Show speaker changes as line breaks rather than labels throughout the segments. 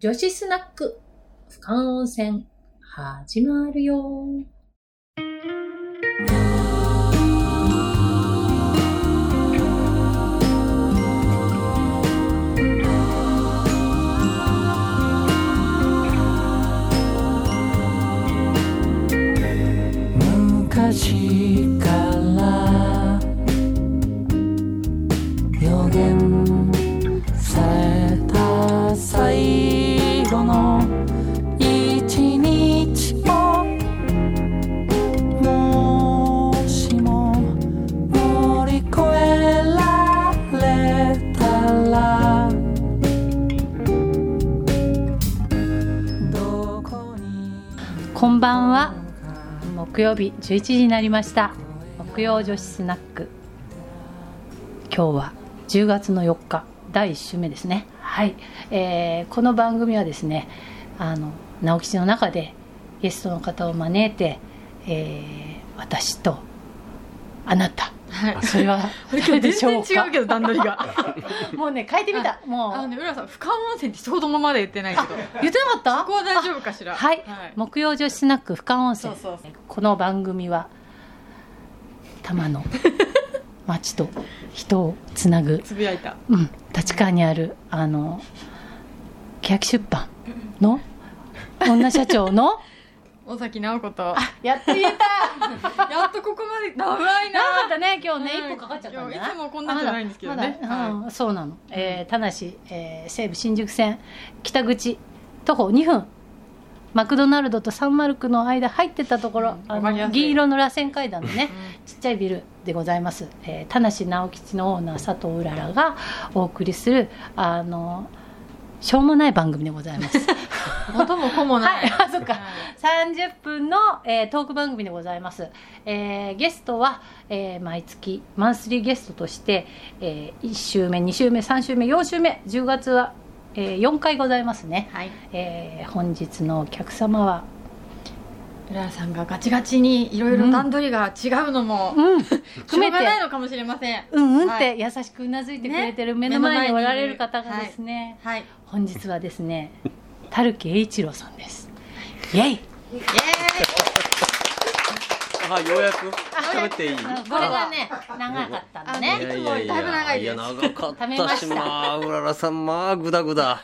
女子スナック、不感温泉、始まるよ。
昔から予言された最後の一日をもしも乗り越えられたらどこに
こんばんは。木曜日11時になりました。木曜女子スナック。今日は10月の4日、第1週目ですね。はい。えーこの番組はですね、あの、直吉の中でゲストの方を招いて、えー私とあなた。
はい。
それ は誰でしょう
全然
か
違うけど段取りが
もうね変えてみたもう
あのね浦さん不感温泉ってほどもまで言ってない けどこ
言ってなかった
こは大丈夫かしら
はい、木曜女子スナック不感温
そ
泉
うそう
この番組は多摩の町と人をつなぐ、
つぶやいた
うん、立川にあるあの欅出版の女社長の
尾崎直子と
やって言えた
やっとここまで長いな
なかったね今日ね、
うん
一歩かかっちゃったんだない
つもこんなんじゃないんですけどね
まだまだ
はい
うんそうなの、えー、田無、えー西武新宿線北口徒歩2分マクドナルドとサンマルクの間入ってったところ、
うん
あ
わか
の
りやすい
銀色の螺旋階段のね
うん
ちっちゃいビルでございます、えー、田無直吉のオーナー佐藤うららがお送りするあのしょうもない番組でございます
元も子もな
はいい あそっか
はい
30分の、えートーク番組でございます、えーゲストは、えー毎月マンスリーゲストとして、え1週目2週目3週目4週目10月は、え4回ございますね、
はい
えー本日のお客様は
浦さんがガチガチにいろいろ段取りが違うのも
うん
しょ
含
う
め
が
て
ないのかもしれません
うんうんっ
は
て優しくうなずいてくれてる目の前におられる方がですね
はいイ
本日はですね樽木栄一郎さんですイエイ
エーイ
あようやく喋っていい
これがね長かったの
あ
ね
いやいやいやだいぶ長いです
いや長かっ
食べま
た
し
したまあうららさんまあグダ グダ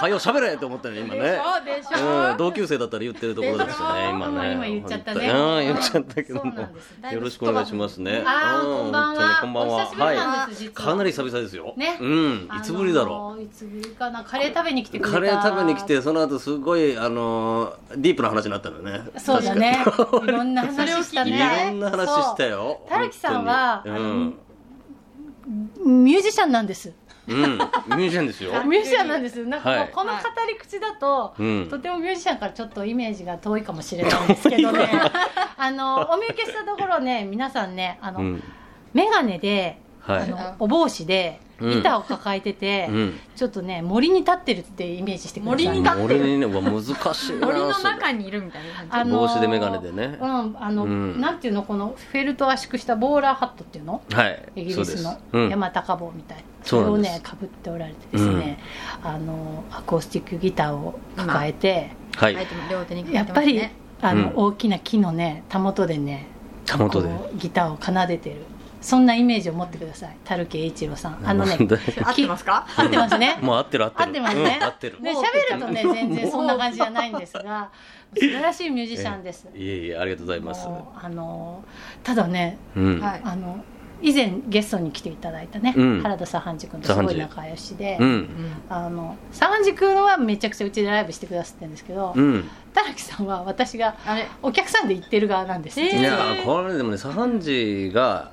はよ喋れと思ったね今
でし
ね
ょでし
うん
ょ
同級生だったら言ってるところでしたね今ね
今言っちゃったね
うん言っちゃったけど
そう
も
なんです
だいぶ
よろしくお願いしますね
あ
う
ーこんばんは
本当にこんばんは
お久しぶり
は
なんです、
い
実は
かなり久々ですよ
ね
うんいつぶりだ
あ
ろ
のーいつぶりかなカレー食べに来て
う
くれた
カレー食べに来てその後すごいあのーディープな話になったのよね
そうだねいろんな話した
い
ね
ろんな話した
よ
よ
そうたるきさんは
本当にうん
ミュージシャンなんです
うん、ミュージシャンで すよ。
ミュージシャンなんですなんかこう、
はい
この語り口だと、
うん
とてもミュージシャンからちょっとイメージが遠いかもしれないんですけど ねあのお見受けしたところね皆さんねあの、
うん、
眼鏡で、
は
あ
い。
のお帽子で
うん
板を抱えてて、
うん。
ちょっとね森に立ってるってイメージしてください
森に立ってる
俺にね、うわ難しいな。
森の
それ
中にいるみたいな感じ
あ
帽子で眼鏡でね
うんあの、
うん
なんていうのこのフェルトを圧縮したボーラーハットっていうの
はい。
イギリス
そう
の
ですうん。
山高帽みたいな、そ
そう
れ
な
を
んです
ねかぶっておられてですね、あのアコースティックギターを抱えて、
は
アイ
い。
テム両手に抱
や
え
ってぱ
ますね
り、あの、
うん
大きな木のねたもとでね
たもとで。
こうギターを奏でてるそんなイメージを持ってください樽木栄一郎さんあのね
なんだ
合ってますか
合ってますね
もう合ってる合ってる。
合ってますね
うん合ってる。
ね喋るとね全然そんな感じじゃないんですが素晴らしいミュージシャンです。
いえいえ、ありがとうございます。
もうあのただね
うん。
はい
あの以前ゲストに来ていただいたね、
うん
原田左半次君とすごい仲良しで、
うん。
あの左半次君はめちゃくちゃうちでライブしてくださってるんですけど
うん。
田木さんは私が
あれ
お客さんで行ってる側なんです、
えー
いやー、これでもね、サハンジが、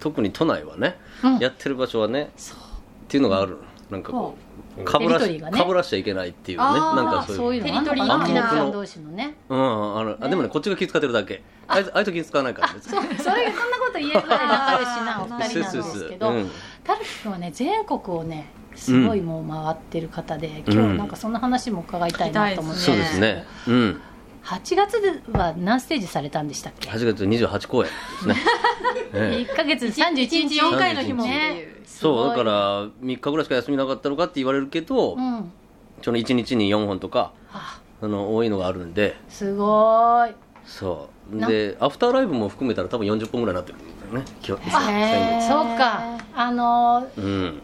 特に都内はね、
うん
やってる場所はね、
そう
っていうのがある。なんかこう、かぶら
テリトリ
し、
ーがね
かぶらしちゃいけないっていうね。
あー
なん
あ
か
そ
そうう
い
いうう。
のがあん
テリトリ
の
ー
かな
的な
暗黙の同士のね
うん、あの、あでもね、こっちが気使ってるだけ。あいつ、あいつ気使わないから。別に
そうそういうそんなこと言えるぐらい仲良しなお二人なんですけど
うん
田木君はね全国をねすごいもう回ってる方で、今日なんかそんな話も伺いたいなと思って、
ね
そうですね。うん。
8月では何ステージされたんでしたっけ
8月28公演ですね。 ええ
1ヶ月31日
4
4
回の
回の
日
日
も
も
ね
そうだから3日ぐらいしか休みなかったのかって言われるけど、
うん、
その1日に4本とか
あ
あの多いのがあるんです
ごーい
そう
な
でアフターライブも含めたら多分40本ぐらいになってるんだよねきょ先
そうかあの
月うん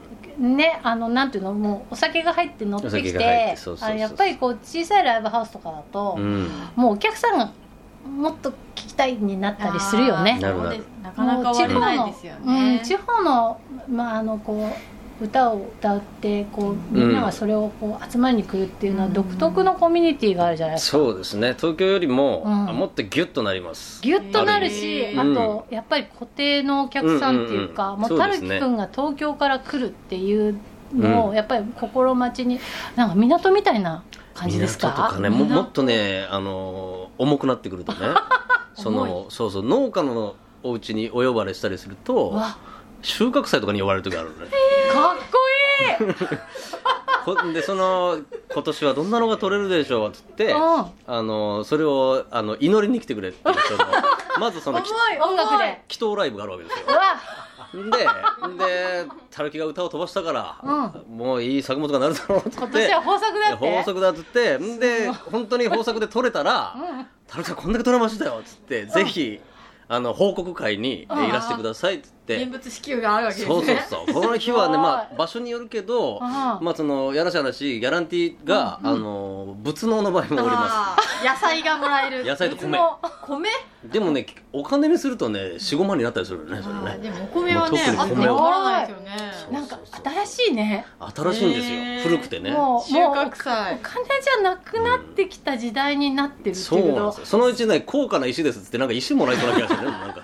ねあのなんていうのもうお酒が入って乗って
お酒
き
が入っててそうそ
あ
うそうそう
やっぱりこう小さいライブハウスとかだと、
うん
もうお客さんがもっと聞きたいになったりするよね
なるほど
なかなか終わらないですよ
うん
ね。
地方の,、まあ、あのこう歌を歌ってこうみんながそれをこう集まりに来るっていうのは
うん
独特のコミュニティがあるじゃないですか、
そうですね東京よりも、
うん
あもっとギュッとなります
ギュッとなるし、
うん
あとやっぱり固定のお客さんっていうか、
うんうんうん
もう
そう
た
で
る
す
き
ね
くんが東京から来るっていうのを、
うん
やっぱり心待ちになんか港みたいな感じですか
港とかね ももっとねあのー重くなってくるとねそのそうそう農家のお家にお呼ばれしたりすると
わ
収穫祭とかに呼ばれる時ある のね
かっこいい、
ほんでその今年はどんなのが取れるでしょうっつって、
うん
あのそれをあの祈りに来てくれっていう そのまずそのき
重い
音楽で
祈祷ライブがあるわけですよ
うわ
ででたるきが歌を飛ばしたから、もういい作物がなるだろうっつって
今年は豊作だって
いや豊作だっつってんで本当に豊作で取れたら
うん
「たるきさんこんだけ取れましたよ」っつって、ぜひあの報告会にえ
うん
いらしてくださいっつって。
現物支給があるわけですね。
そうそうそう。この日は
すご
ね、
い
まあ、場所によるけど、
ああ
まあ、その、やらしやらしいギャランティーが、あの、仏能の場合もおりま
あー野菜がもらえる。
野菜と
別
米
の米
す。でもね、お金にするとね、4、5万になったりするよね、そ
あ
れ
ー
ね。
でもお米はね、
特に
あって
米は
わからないですよね。
そう
なんか新しいね
新しいんですよ
へえ。
古くてね。
もう
収
もう
穫
お
祭。
金じゃなくなってきた時代になってるって
そう
いう
なん
の
ですよ。そのうちね、高価な石ですっつって、なんか石もらえそうな気がするね。なんか、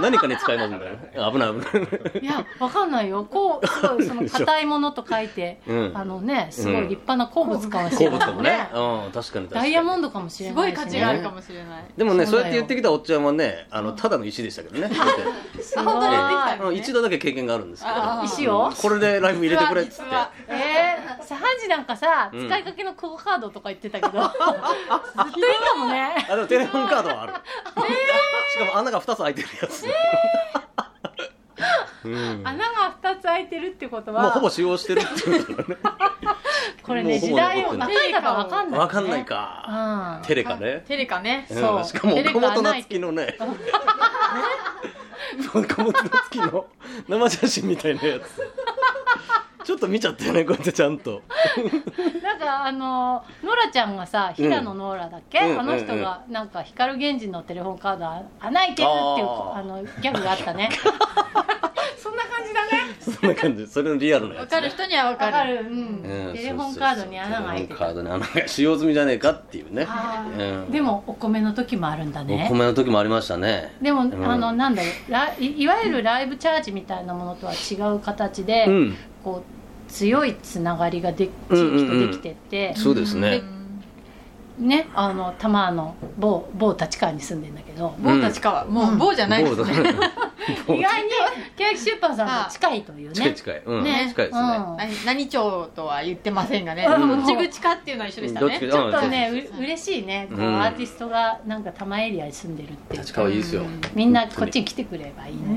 何かに使えますんだよね。危ない危ない。
いやわかんないよこうすごいその硬いものと書いて、
うん
あのねすごい立派な鉱物かもし
鉱
れ
物
ない、
かもね。うん、確かに確かに。
ダイヤモンドかもしれ
す
な
ご
い
い
し、
価
ね、
値があるかもしれない。
でもね、
そう
そう
だよ
やって言ってきたおっちゃんはね、あの、ただの石でしたけ どね。こうやって
すご
あ
い
本当にやってきたん
あの
ですね
一度だけ経験があるんですけ
あ
ど
ー
石を
これでライブ入れてくれっつ
実
って
は
えー、サハンジなんかさ、
うん
使いかけのクオカードとか言ってたけど ずっといいかもね
あでもテレホンカードはある、しかも穴が2つ開いてるやつ、うん
穴が2つ開いてるってことは、
もうほぼ使用してるっていうことだね
これね
もうほ
時
ぼ残っ
代
てる
を若いからわかんない、ね、
分かんないか、
うん
テレカね
テレカね。
んそう
しかも
テレカ
岡本
ない
夏樹 のね岡本夏樹の生写真みたいなやつちょっと見ちゃったよねこうやってちゃんと
なんかあのノラちゃんがさ平野ノラだっけ、
うん
あの人がなんか光源氏のテレホンカードあ穴開いてるっていう
あー
あのギャグがあ ったね
そんな感じだね。
そんな感じそれのリアルなや
わ
つ、
かる人にはわ
わ
か
か
る。
る、うん
うん
テレホンカードに穴が開いて
そうそうそうテレホンカー
る
ドに穴が使用済みじゃねえかっていうね
あー
うん
でもお米の時もあるんだ
お
ね
米の時もありましたね
でも、
ん
あのなんだろうラいいわゆるライブチャージみたいなものとは違う形で、
うん
こう強いつながりがで地
うんうんうん
域とできてって、
そうですね
ねあの多摩の某某立川に住んでんだけど、
棒たちかもう棒じゃないですね。
意外に欅出版さんが近いというね
近い近い、うん
ね
近いですね、
うん
何何町とは言ってませんがね。
う
ど
ん
っち口かっていうのは一緒でした
どっち
ね
か。
ちょっとね
うん
う嬉しいねこう、
うん
アーティストがなんか多摩エリアに住んでるっていう
立川いいですよ、
うん
も
みんなこっちに来てくればいいね
ね
う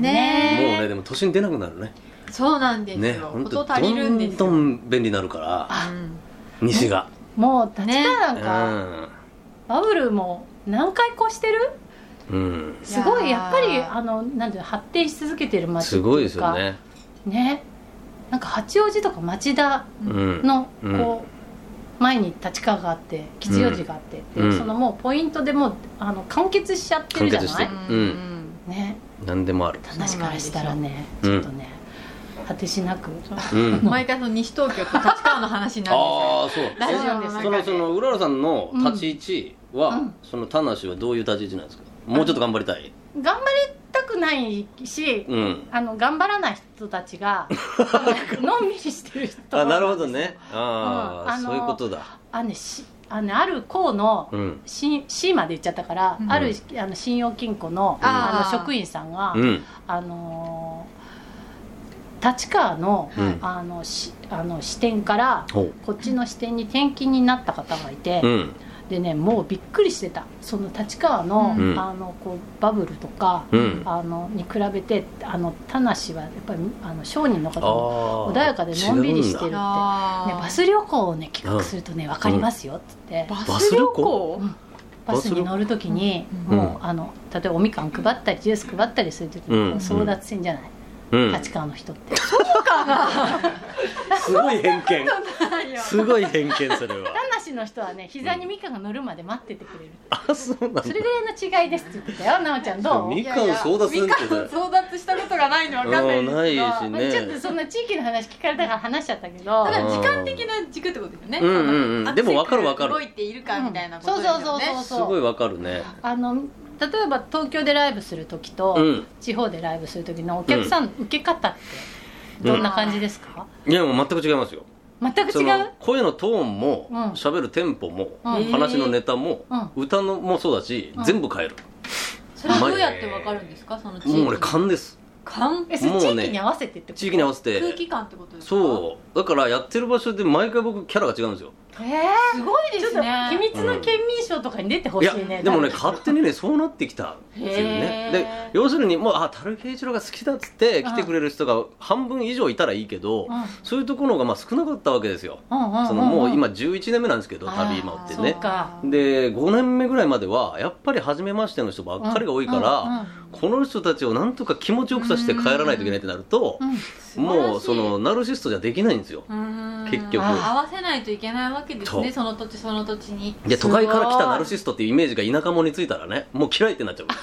ねでも都心出なくなるね
そうなんです
ね
よ。
本
こと
当
足りるんです
ど
よ。
んどん便利になるから
うん
西が、
もう立川なんか、
う
バブルも何回越してる
ん、うん、
すごい
いやー
やっぱりあのなんていうの発展し続けてる街って
す
いうか
ごいですよね
ねなんか八王子とか町田
うん
のこう、
うん
前に立川があって吉祥寺があってって、
うん
そのもうポイントでもうあの完結しちゃってるじゃ
完結し
な
て
い
う
るうん
ん。
ね
何でもある
田無からしたらね
う
ちょ
な
っ
んですよ
とね、果てしなく
うん
毎回その西東京と立川の話になるん
ああそう
ラジオの中
え
で
そのそのうららさんの立ち位置は、
うんうん
その田無はどういう立ち位置なんですかもうちょっと頑張りたい
頑張りたくないし、
うん
あの頑張らない人たち があののんびりしてる人
あなるほどねああ、
うんあの
そういうことだ
あのねしあのある校の
うん
し C まで言っちゃったから、
うん
あるあの信用金庫の
あー
あの職員さんが、
うん
あのー立川の
ですよ。
う
あ
はい。
ん
のしあの支店から
ほ
こっちの支店に転勤になった方がいて、
ううん
でねもうびっくりしてたその立川の,、
うん
あのこうバブルとか、
うん
あのに比べてあの田無はやっぱりあの商人の方も
穏
穏やかでのんびりしてるって、ね、
あー
バス旅行をね企画するとね分かりますよっつって、
バス旅
行
バスに乗る時に、
うん
もうあの例えばおみかん配ったりジュース配ったりする時
うん
に争奪戦じゃない、
うん、
立川の人 って
すごい偏 見
ないよ
すごい偏見それは
田無の人はね膝にみかんが乗るまで待っててくれる、
あそうなんだ
それぐらいの違いですって言ってたよ奈緒ちゃんどう
みかん争奪するって
みかん争奪したことがないのわかんないですけど
うんないしね
まあちょっとそんな地域の話聞かれたから話しちゃったけど
ただ時間的な軸ってことですよね
うんうんうん
その
でもわかるわかる
動いているかみたいなことですよね、
うんそうそうそう
すごいわかるね
あの例えば東京でライブする時と、
うん
地方でライブする時のお客さんの受け方ってどんな感じですか、
いやもう全く違いますよ
全く
そ
違
の
う
声のトーンも
うん
喋、るテンポも、
うん
話のネタも、
う
歌のもそうだし、
うん
全部変える
それはどうやってわかるんですかその地
も
域
う俺勘です
感
えそれ
もう
地
ね
域に合わせてってこと
地域に合わせて
空気感ってことですか
そうだからやってる場所で毎回僕キャラが違うんですよ
え
うすごい
ー、
で
ちょっ
す
と
ね
秘密の県民賞とかに出てほ
い
し
や
いね、
でもね
多分
勝手 にねそうなってきたっていうねで
へー
要するにもうあ樽慶一郎が好きだっつって来てくれる人が半分以上いたらいいけど、そういうところがまあ少なかったわけですよ、
うんうんうんうん
そのもう今11年目なんですけど
あー
旅今って
そう
ね
か
で5年目ぐらいまではやっぱり初めましての人ばっかりが多いから、
うんうん
この人たちをなんとか気持ちよくさせて帰らないといけないってなると、
うんうん
もうそのナルシストじゃできないんですよ結
結
局
合わせないといけないわけです
そ
ね
う
その土地その土地に
で都会から来たナルシ
ス
ストっていうイメージが田舎者についたらねもう嫌いってなっちゃう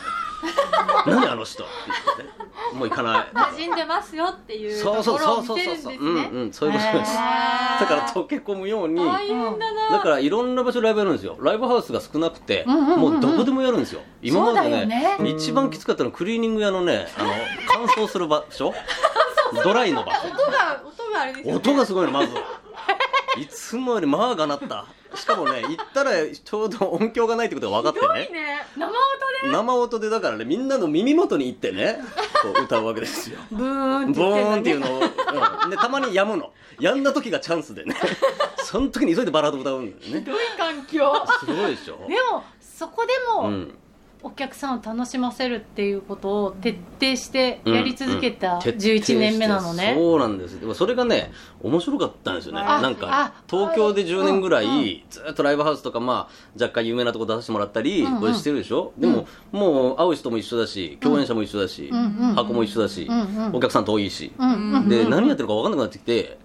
何あの人って言ってねもう行かない
馴染んでますよっていう
そう
と
そう
ころ
そ
を
うそ
見
う
せ
そ
る
うん
です
そう
ね
うんうんそういうことです
へ
ー
だから溶け込むように
大変だな
だからいろんな場所でライブやるんですよライブハウスが少なくて、
うんうんうんうん
もうどこでもやるんですよ今まで
そ
ね
うだよね
一番きつかったのはクリーニング屋のねあの乾燥する場 所ドライの場所
音が音があれですよね
音がすごいのまずいつもよりマーが鳴ったしかもね行ったらちょうど音響がないってことが分かって
いい
ね
ね
生音
生音でだからねみんなの耳元に行ってねこう歌うわけですよ
でブーンって
ボーン
っ
っててい
言ってん
う
だね
のを、うんでたまにやむのやんだ時がチャンスでねその時に急いでバラード歌うんだよね
どういう環境
すごいでしょ
でもそこで
う
も
ん、
お客さんを楽しませるっていうことを徹底してやり続けた11年目なのね、
徹底してそうなんですでもそれがね面白かったんですよね
あ
なん
あ
か東京で10年ぐら
うんう
いずっとライブハウスとか、まあ、若干有名なとこ出させてもらったり、
うんうん
ご一緒してるでしょでも、もう会う人も一緒だし共演者も一緒だし、
うんうん
箱も一緒だし、
うんうん
お客さん遠いし、
うんうんうん
で何やってるか分かんなくなってきて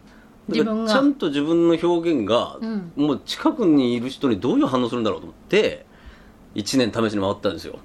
自分が
だからちゃんと自分の表現が、
うん
もう近くにいる人にどういう反応するんだろうと思って1年試しに回ったんですよ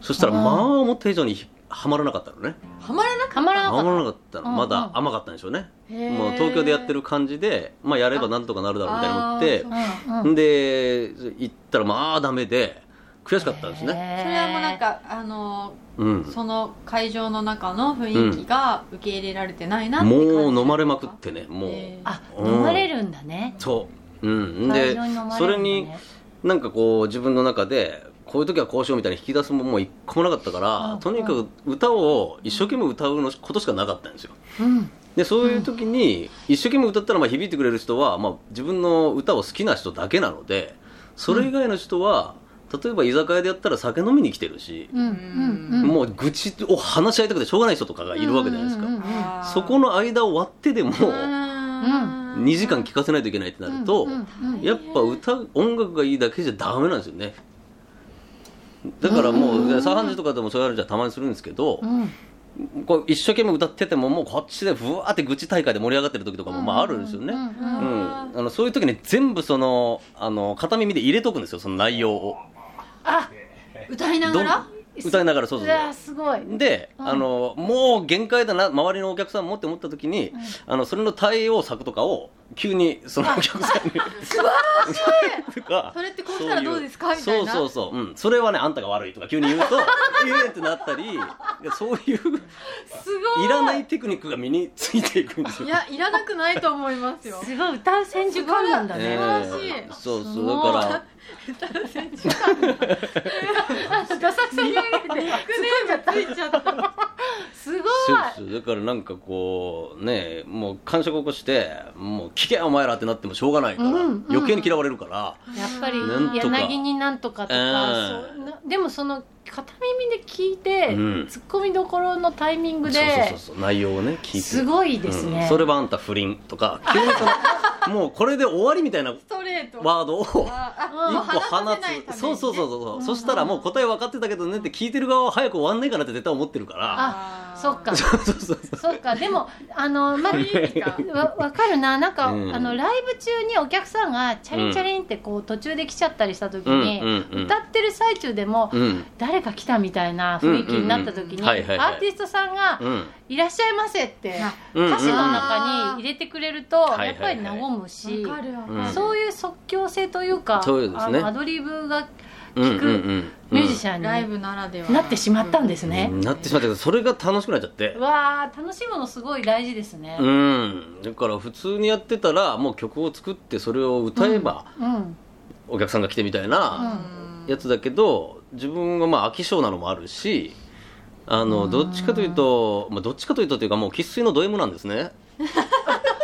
そしたら
あー
まあ思った以上にはまらなかったのね
はまらなく
はまらな
はま
かっ
らなかったの
うんうん
まだ甘かったんでしょうね
へー
もう東京でやってる感じで、まあ、やればなんとかなるだろうみたいな思って
た、うんうん、
で行ったらまあダメで悔しかったんですね、
へー
それはもうなんかあの
うん、
その会場の中の雰囲気が受け入れられてないなって感じ
もう飲まれまくってねもう、
え
あ
うん
飲まれるんだね
そう、うん、
大
で
量に飲ま
そ
る
れ
んだ
に
ね
なんかこう自分の中でこういう時はこうしようみたいな引き出すもんも一個もなかったから、
うん
とにかく歌を一生懸命歌うのことしかなかったんですよ
うん
でそういう時に一生懸命歌ったらまあ響いてくれる人は、まあ、自分の歌を好きな人だけなのでそれ以外の人は、例えば居酒屋でやったら酒飲みに来てるし、
うんうんうん
もう愚痴を話し合いたくてしょうがない人とかがいるわけじゃないですか、
うんうんうん
あー
そこの間を割ってでも
うーん
2時間聴かせないといけないってなると、
うんうんうん
やっぱ歌音楽がいいだけじゃダメなんですよねだからもう茶飯事とかでもそういう話はたまにするんですけど、
うん
こう一生懸命歌っててももうこっちでふわーって愚痴大会で盛り上がってる時とかもまああるんですよね、
うんうん
う
うん
ん、あのそういう時に全部そのあの片耳で入れとくんですよその内容を
あ
歌いながら
ど歌いながらそう
う
そう
わー
そ
すごいう
で、
うん
あのもう限界だな周りのお客さんもって思った時に、あのそれの対応策とかを急にそのお客さんに とか
それってこうしたらどうですかみ
そ
た
い
いうな
そうそうそう、うん、それはねあんたが悪いとか急に言う とええってなったりそういう
すごい
いらないテクニックが身についていくんですよ
いやいらなくないと思いますよ
すごい歌う千手観音だね、
え
素晴らしい
ーそう
す
そう
ごい
だから
ダサくさに見えて
ついちゃった
すごい
そうですよだからなんかこうねもう感触を起こしてもう聞けお前らってなってもしょうがないから、
うんうん
余計に嫌われるから、
やっぱり
なんとか
柳になんとかとか、
うん
そうなでもその片耳で聞いて、
うん
ツッコミどころのタイミング
そうそうそ
で
うそう内容をね聞いて
すごいですね、
うんそれはあんた不倫とか急にそ のもうこれで終わりみたいな
ストレート
ワードを一
あ
うん
個
もう話さ
放
せないためにね
つそうそうそうそう、
うん
そしたらもう答え分かってたけどねって聞いてる側は早く終わんねえかなって絶対思ってるから
あそっか
そうそうそう
そっかでもあのまあ
雰囲 気が
わわかるななんか、
うん
あのライブ中にお客さんがチャリンチャリンってこう途中で来ちゃったりした時に、
うん
歌ってる最中でも、
うん
誰か来たみたいな雰囲気になった時に、
うんうんうんはいはいは
ア
い
ーティストさんが
うん
「いらっしゃいませ」って
うん
歌詞の中に入れてくれると
うんうん
やっぱり和むし、
わかるわかる、
うん
そういう即興性というか
そうですね
あのアドリブが
うんうん
聞くミュージシャン
ライ
に
ブならでは
なってしまったんです
うん
ね。
なってしまったけどそれが楽しくなっちゃって
わー楽しむのすごい大事ですね。
うんだから普通にやってたらもう曲を作ってそれを歌えば
うん
お客さんが来てみたいな
うん
やつだけど自分がまあ飽き性なのもあるしあのどっちかというと、まあ、どっちかというとというかもう生粋のド M なんです ね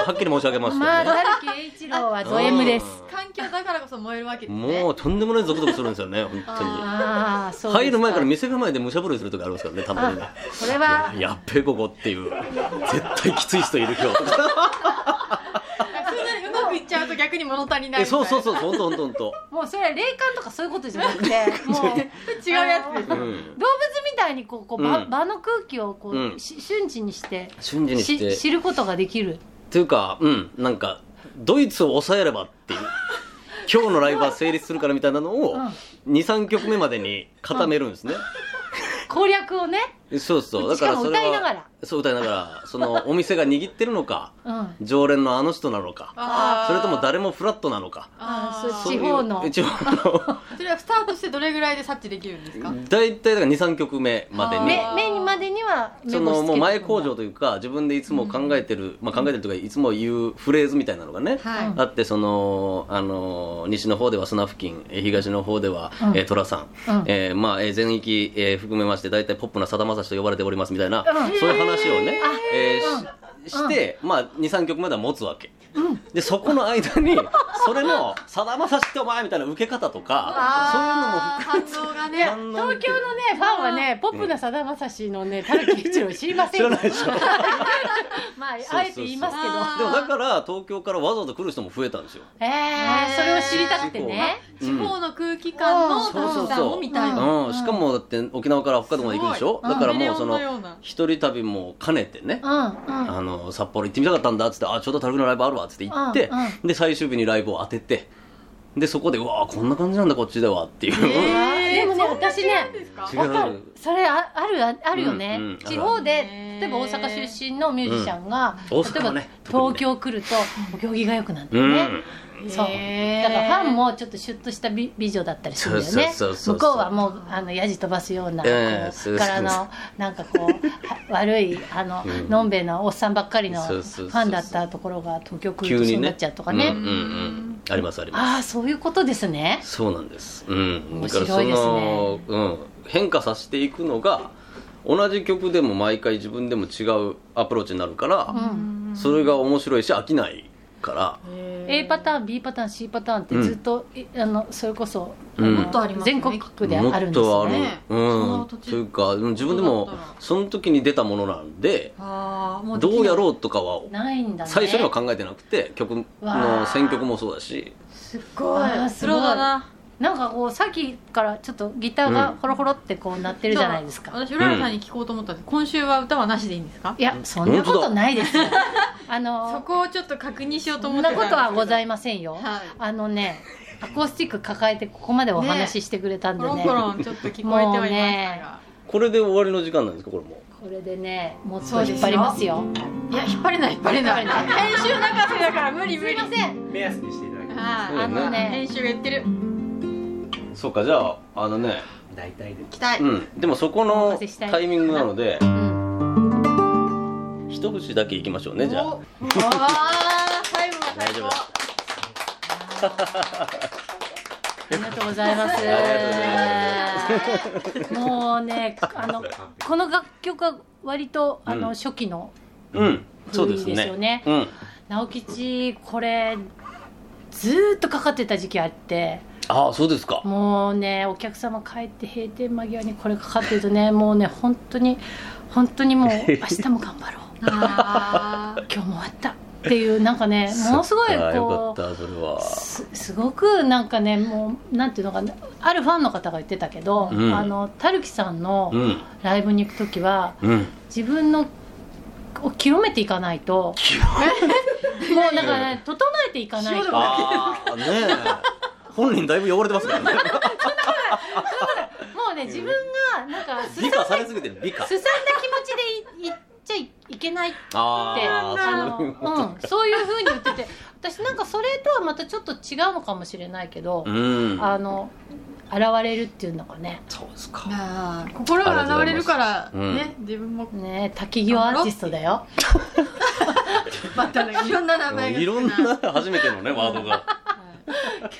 はっきり申し上げますと
まあ、
ね、
成木栄一郎はド M です。
環境だからこそ燃えるわけですね
もうとんでもないゾクゾクするんですよね本当
ああ、そう
に
です
入る前から店構えで武者震いする時あるんですからねたまにね
これは、
やっべここっていう絶対きつい人いる 今日
そんなにうまくいっちゃうと逆に物足りないみた
え
い
そう
な
そうそう本当本当本当
もうそれは霊感とかそういうことじゃなくて、もう。動物み
違うやつです
うたいにこう、こう、場
うん
場の空気をこ
う
う、
ん
し瞬時にして。
瞬時にして
し知ることができる。
というかうんなんかドイツを抑えればっ ていう今日のライブは成立するからみたいなのを23曲目までに固めるんですね、
攻略をね。
そうそうだ
し
か
からも
それ
歌
はい
ながら。
そう歌いながらそのお店が握ってるのか
うん。
常連のあの人なのか
あー
それとも誰もフラットなのか
あ
あー
ー
そ
そ
そううい
地
う
方の
え地方 の
れはスタートしてどれぐらいで察知できるんですか、
大体だから23曲目まで
あー
に
目、目にまでには目星つけ
そ
てくんだ。
のもう前工場というか自分でいつも考えてる、まあ、考えてるというかいつも言うフレーズみたいなのがね、
はい、
あってそのあの西の方では砂付近えー東の方では、
うん
えー寅さん、
うん
えーまあ、えー全域、えー含めまして大体ポップなさだまさしと呼ばれておりますみたいな、
うん
そういう話をね、えーしして、まあ、23曲までは持つわけ、でそこの間にそれの「さだまさしってお前」みたいな受け方とか
あー反応が
そうい
ね
うのも含
東
めて反応
京のね、ファンはね、ポップなさだまさしのね、たるき一郎知り ませ
知ら
ん
ない
か
で
ら。
しょ
まあ
そう、そう
あえて言いますけど。
そう
でもだから東京からわざわざ来る人も増えたんですよ
ええ、それを知りたくてね。
地方の空気感
う
の
ん
楽しさをみたいな、
うん、しかもだって沖縄から北海道まで行くでしょ
すごい
だからもうその
ミレオンような
一人旅も兼ねてね、
うん、うん。
あの札幌行ってみたかったんだっつってあちょうどたるくのライブあるわっつって行って、
うん
で最終日にライブを当ててでそこでうわーこんな感じなんだこっちではっていう、
でもね
そんな
私
違う
ね
んですか
違
わか
う
るそれああるああるよね、
うんうん
地方
あ
で
るね
例えば大阪出身のミュージシャンが、
うん大
例えば
阪ね特にね
東京来るとお行儀が良くなるんだ
う
よ
ん、
ね、そう
へ
だ
ー
からファンもちょっとシュッとした美美女だったりするんだよね
そうそうそうそう
向こうはもうあのヤジ飛ばすような、こう
ええそうそうそう
柄のなんかこう は悪いあの、
うん
のんべえなおっさんばっかりの
そ
フ
うそうそうそう
ァンだったところが東京来る
急
とそう
に
な
ね
っちゃうとかね
うんうんうん、ありますあります
ああそういうことですね
そうなんです、うん、
面白いですね
だからその、うん、変化させていくのが同じ曲でも毎回自分でも違うアプローチになるから、
ん
それが面白いし飽きないから、
A パターン B パターン C パターンってずっと、いあのそれこそ、
うん
の
もっ
とありますね
全国区であるんです
もっと
よ
ある
ね
ねそ
うん
の
と
土地
いうかうん自分でも
そうだったら
その時に出たものなんで
あーも
どうや
う
ろうとかは
ないんだね
最初には考えてなくて曲
わあ
の選曲もそうだし
すっご
あー
い
す
ス
ごい
ローだな
なんかこうさっきからちょっとギター
う
が
ん
ホロホロってこう鳴ってるじゃないですか、
私浦原さんに聞こうと思ったんです、今週は歌はなしでいいんですか
いやそんなこ
本当
と
だ
ないですよあ
そ
の
こをちょっと確認しようと
そ
思
ん
って
なことはござい
ま
ませんよ、
はい
あのねアコースティック抱えてここまでお話ししてくれたん
コ
で
ロ
ね
ンコロンちょっと聞こえてはいましたが、
これで終わりの時間なんですかこれも
これでねもっと引っ張りますよ
いや引っ張れない引っ張れない編集泣かせだから無理無
すい
理
ません
目安にしていただきま
はい
あのね
編集が言ってる
そうかじゃああのね
す大体で
期待、
うんでもそこ
お
の
任せしたい
タイミングなので
うん
一口だけいきましょうねじゃあ
おー最後は
大
最
丈夫
高
あ
です
りがとうございます
ありがとうございます
もうね、あの、この楽曲は割とあの、
うん
初期の
うんそう
古
で
い
す
ですよ
ね
ね
うん
直吉これずーっとかかってた時期あって
ああそうですか
もうねお客様帰って閉店間際にこれかかってると ねもうね本当に本当にもう明日も頑張ろう
あー
今日も終わったっていうなんかねものすごい
そっかよ
こ
かったそれは
うすすごくなんかねもうなんていうのかなあるファンの方が言ってたけど、
うん
あのたるきさんの
うん
ライブに行く時は
うん
自分のを清めていかないともうなんかね整えていかない
清め
と
ああねえ本人だいぶ汚れてます からね
もうね自分がなんかす
美化されすぎてる美化
すさんだ気持ちでいいっちゃいけないって
ああ
あ
そ
の
ういうこと
うん、そういうふうに言ってて私なんかそれとはまたちょっと違うのかもしれないけど、
うん
あの現れるっていうのがね
そうですか
あー心が現れるからね、自分も
ね滝行アーティストだよ
またねいろんな名
もう
前が
いろんな初めて のねワードが
今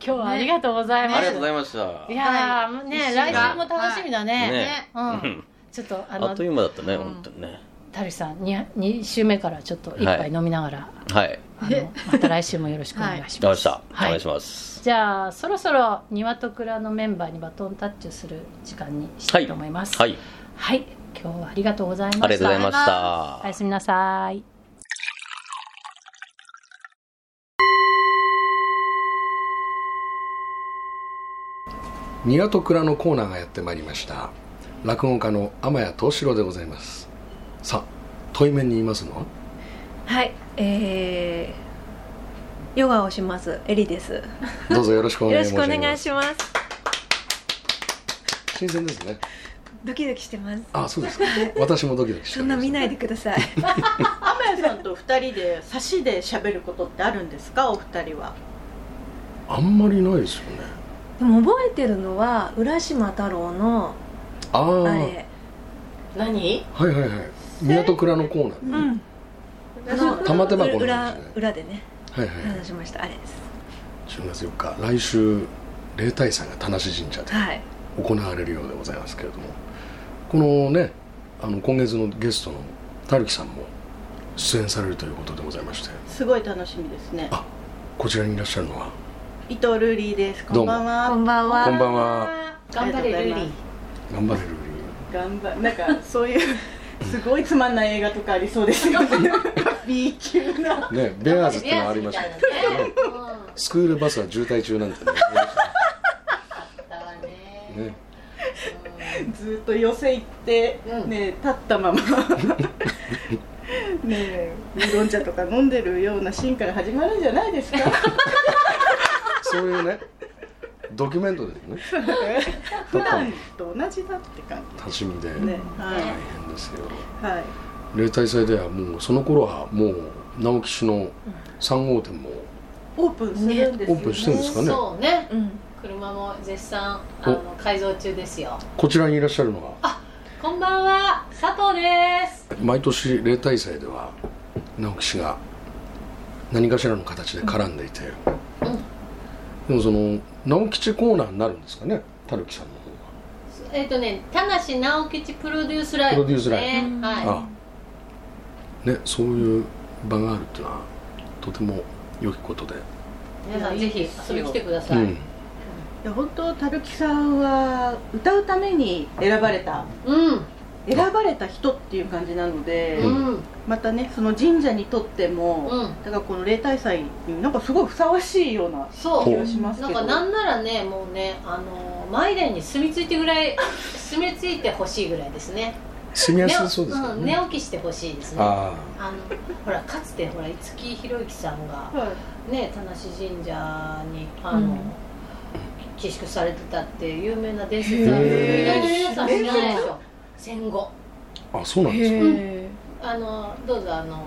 日はありがとうござい
あ
ます、
りがとうございました
いやーね
一
来
週間
週も楽しみだね、
ね
う
うんん
ちょっとあ
あ
の
っという間だったね
うん
本当にね
タルさん 2, 二週目からちょっと一
は
杯
い
飲みながら、
はい
あのまた来週もよろしくお願い しま
わかりまし
す、
たお願いします
じゃあそろそろ庭と蔵のメンバーにバトンタッチする時間にしたいと思います
はい
はい、今日はありがとうございました
ありがとうございまし
お
た
やすみなさい
ニワと蔵のコーナーがやってまいりました落語家の天谷藤四郎でございますさあ対面にいますのは
はい、えー、ヨガをしますエリです。よ
どうぞよろしくお願
ろ
い申
し
し
くお
上げ
願
ま
い
す
します。
新鮮ですね
ドキドキしてます。
あそうですか私もドキドキしてお
そ
り
んな
ます
見ないでください。
天谷さんと二人で差しで喋ることってあるんですかお二人は
あんまりないですよね
でも覚えてるのは浦島太郎の
ああ
あ
はい
れ、
何
はいはいニワと蔵のコーナー
うん、
の
玉手箱の話ね
裏裏でね
はいはい、はい、
話しましたあれです。
10月4日来週例大祭が田無神社で
はい、
行われるようでございますけれどもこのねあの今月のゲストのたるきさんも出演されるということでございまして
すごい楽しみですね
あこちらにいらっしゃるのは
伊藤ルーリーですこんばんは
こんばんは。
こんばんは
ありがとうございます
頑張れる
頑張なんかそういうすごいつまんない映画とかありそうです よね B 級な
ねベアーズってのありましたねスクールバスは渋滞中なんてねね
ずっと寄せ行って、ね立ったままねえウーロン茶とか飲んでるようなシーンから始まるんじゃないで すか
そういうねドキュメントですね
普段と同じだって感
楽しみで、
じねは
大変ですよ
い、はい
例大祭ではもうその頃はもう直木氏の3号店も
オープンするんです
オ
よ
ー
ね
プンしてるんですかね
そうね
うん、
車も絶賛あの改造中ですよ
こちらにいらっしゃるのは
こんばんは佐藤です
毎年例大祭では直木氏が何かしらの形で絡んでいて、でもその直吉コーナーになるんですかねたるきさんの方が
えっ、とね田無直吉プロデュースライブ
プロデュースライ
ねはい
あねそういう場があるっていうのはとても良きことで、
皆さんぜひ遊びに来てくださ
う
い、
ん、
いや本当たるきさんは歌うために選ばれた
うん
選ばれた人っていう感じなので、
うん
またねその神社にとっても、
うん
だからこの例大祭になんかすごいふさわしいような
そう
気がします
な
け
ん
ど
かなんならねもうねあのマイデンに住み着いてぐらい住み着いてほしいぐらいですね
住みや
寝
す
起
そうですよ
うん
ね、
寝起きしてほしいですねあ
あ
のほらかつてほら五木ひろゆきさんが
はい
ね田無神社にあの、
うん
寄宿されてたっていう有名な伝説がある
へ
ー
皆さん知らないでしょ戦後
ああそうなんですね
え
あのどうぞあの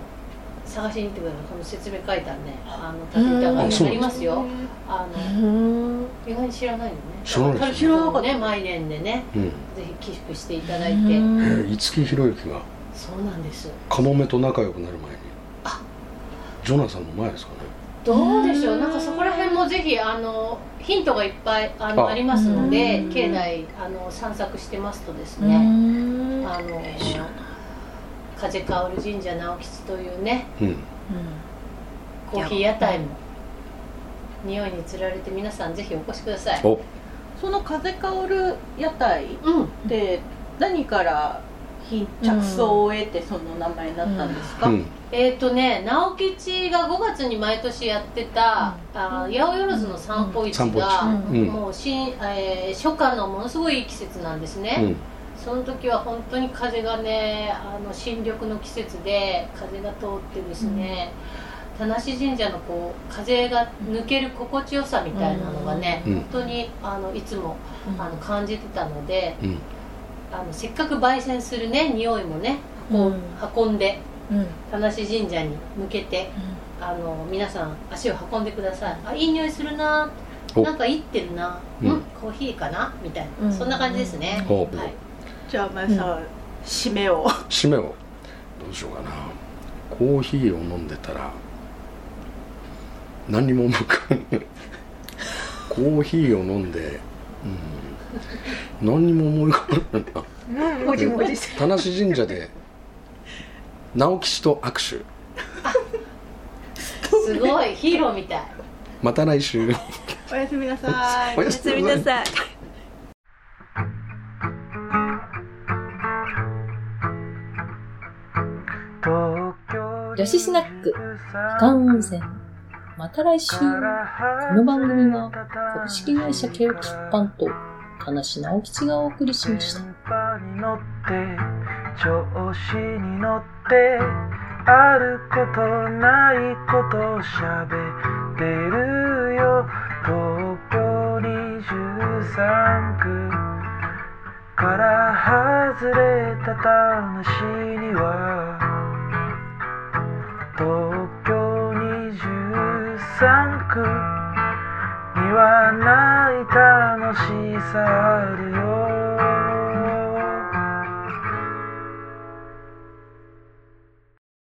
探しに行ってくださいその説明書いたねあの立て板が
うんあそう
あ
な
り
んです
ますよあ
う
の
ん、
意外に知らないよね
知らないです
知らなかったね毎年でね
うん、え
ぜひ寄宿していただいて
うん
ー五木ひろゆきが
そうなんです
カモメと仲良くなる前にジョナサンの前ですかね
どうでしょうなんかそこら辺もぜひあのヒントがいっぱいあの
あ
ありますので
うん
境内あの散策してますとです
う
ね
ん
あの風薫る神社直吉というね
うん
コーヒー屋台も匂いにつられて皆さんぜひお越しください
お
その風薫る屋台っ
うん
て何から品着想を得てその名前になったんですか、
うん
えっ、とね直吉が5月に毎年やってた、あー八百万の散歩市が、
う
散
ん歩市うん
もうしん、えー初夏のものすごいいい季節なんですね、
うん
その時は本当に風がねあの新緑の季節で風が通ってですね、田無神社のこう風が抜ける心地よさみたいなのがね、
うん
本当にあのいつもあの感じてたので
うん
あのせっかく焙煎するね匂いもね
も
運んで
うん
田無神社に向けてあの皆さん足を運んでくださいあいい匂いするな
お
なんかいってるな、う
うん
ん、コーヒーかなみたい
う
な、
ん
そんな感じですね、
お
はい、
じゃあまやさん、締めを
締めをどうしようかなコーヒーを飲んでたら何にも思い浮かんないコーヒーを飲んで、うん、何にも思い浮かばないな
もじもじし
田無神社で直吉と握手
すごいヒーローみたい
また来週
おやすみなさい
お
ておやすみなさい
女子スナック、不感温泉。また来週。この番組は、株式会社ケオキッパンと、田無直吉がお送りしました。
電波に乗って調子に乗ってあることないことを喋ってるよ東京23区から外れた話には東京23区にはない楽しさある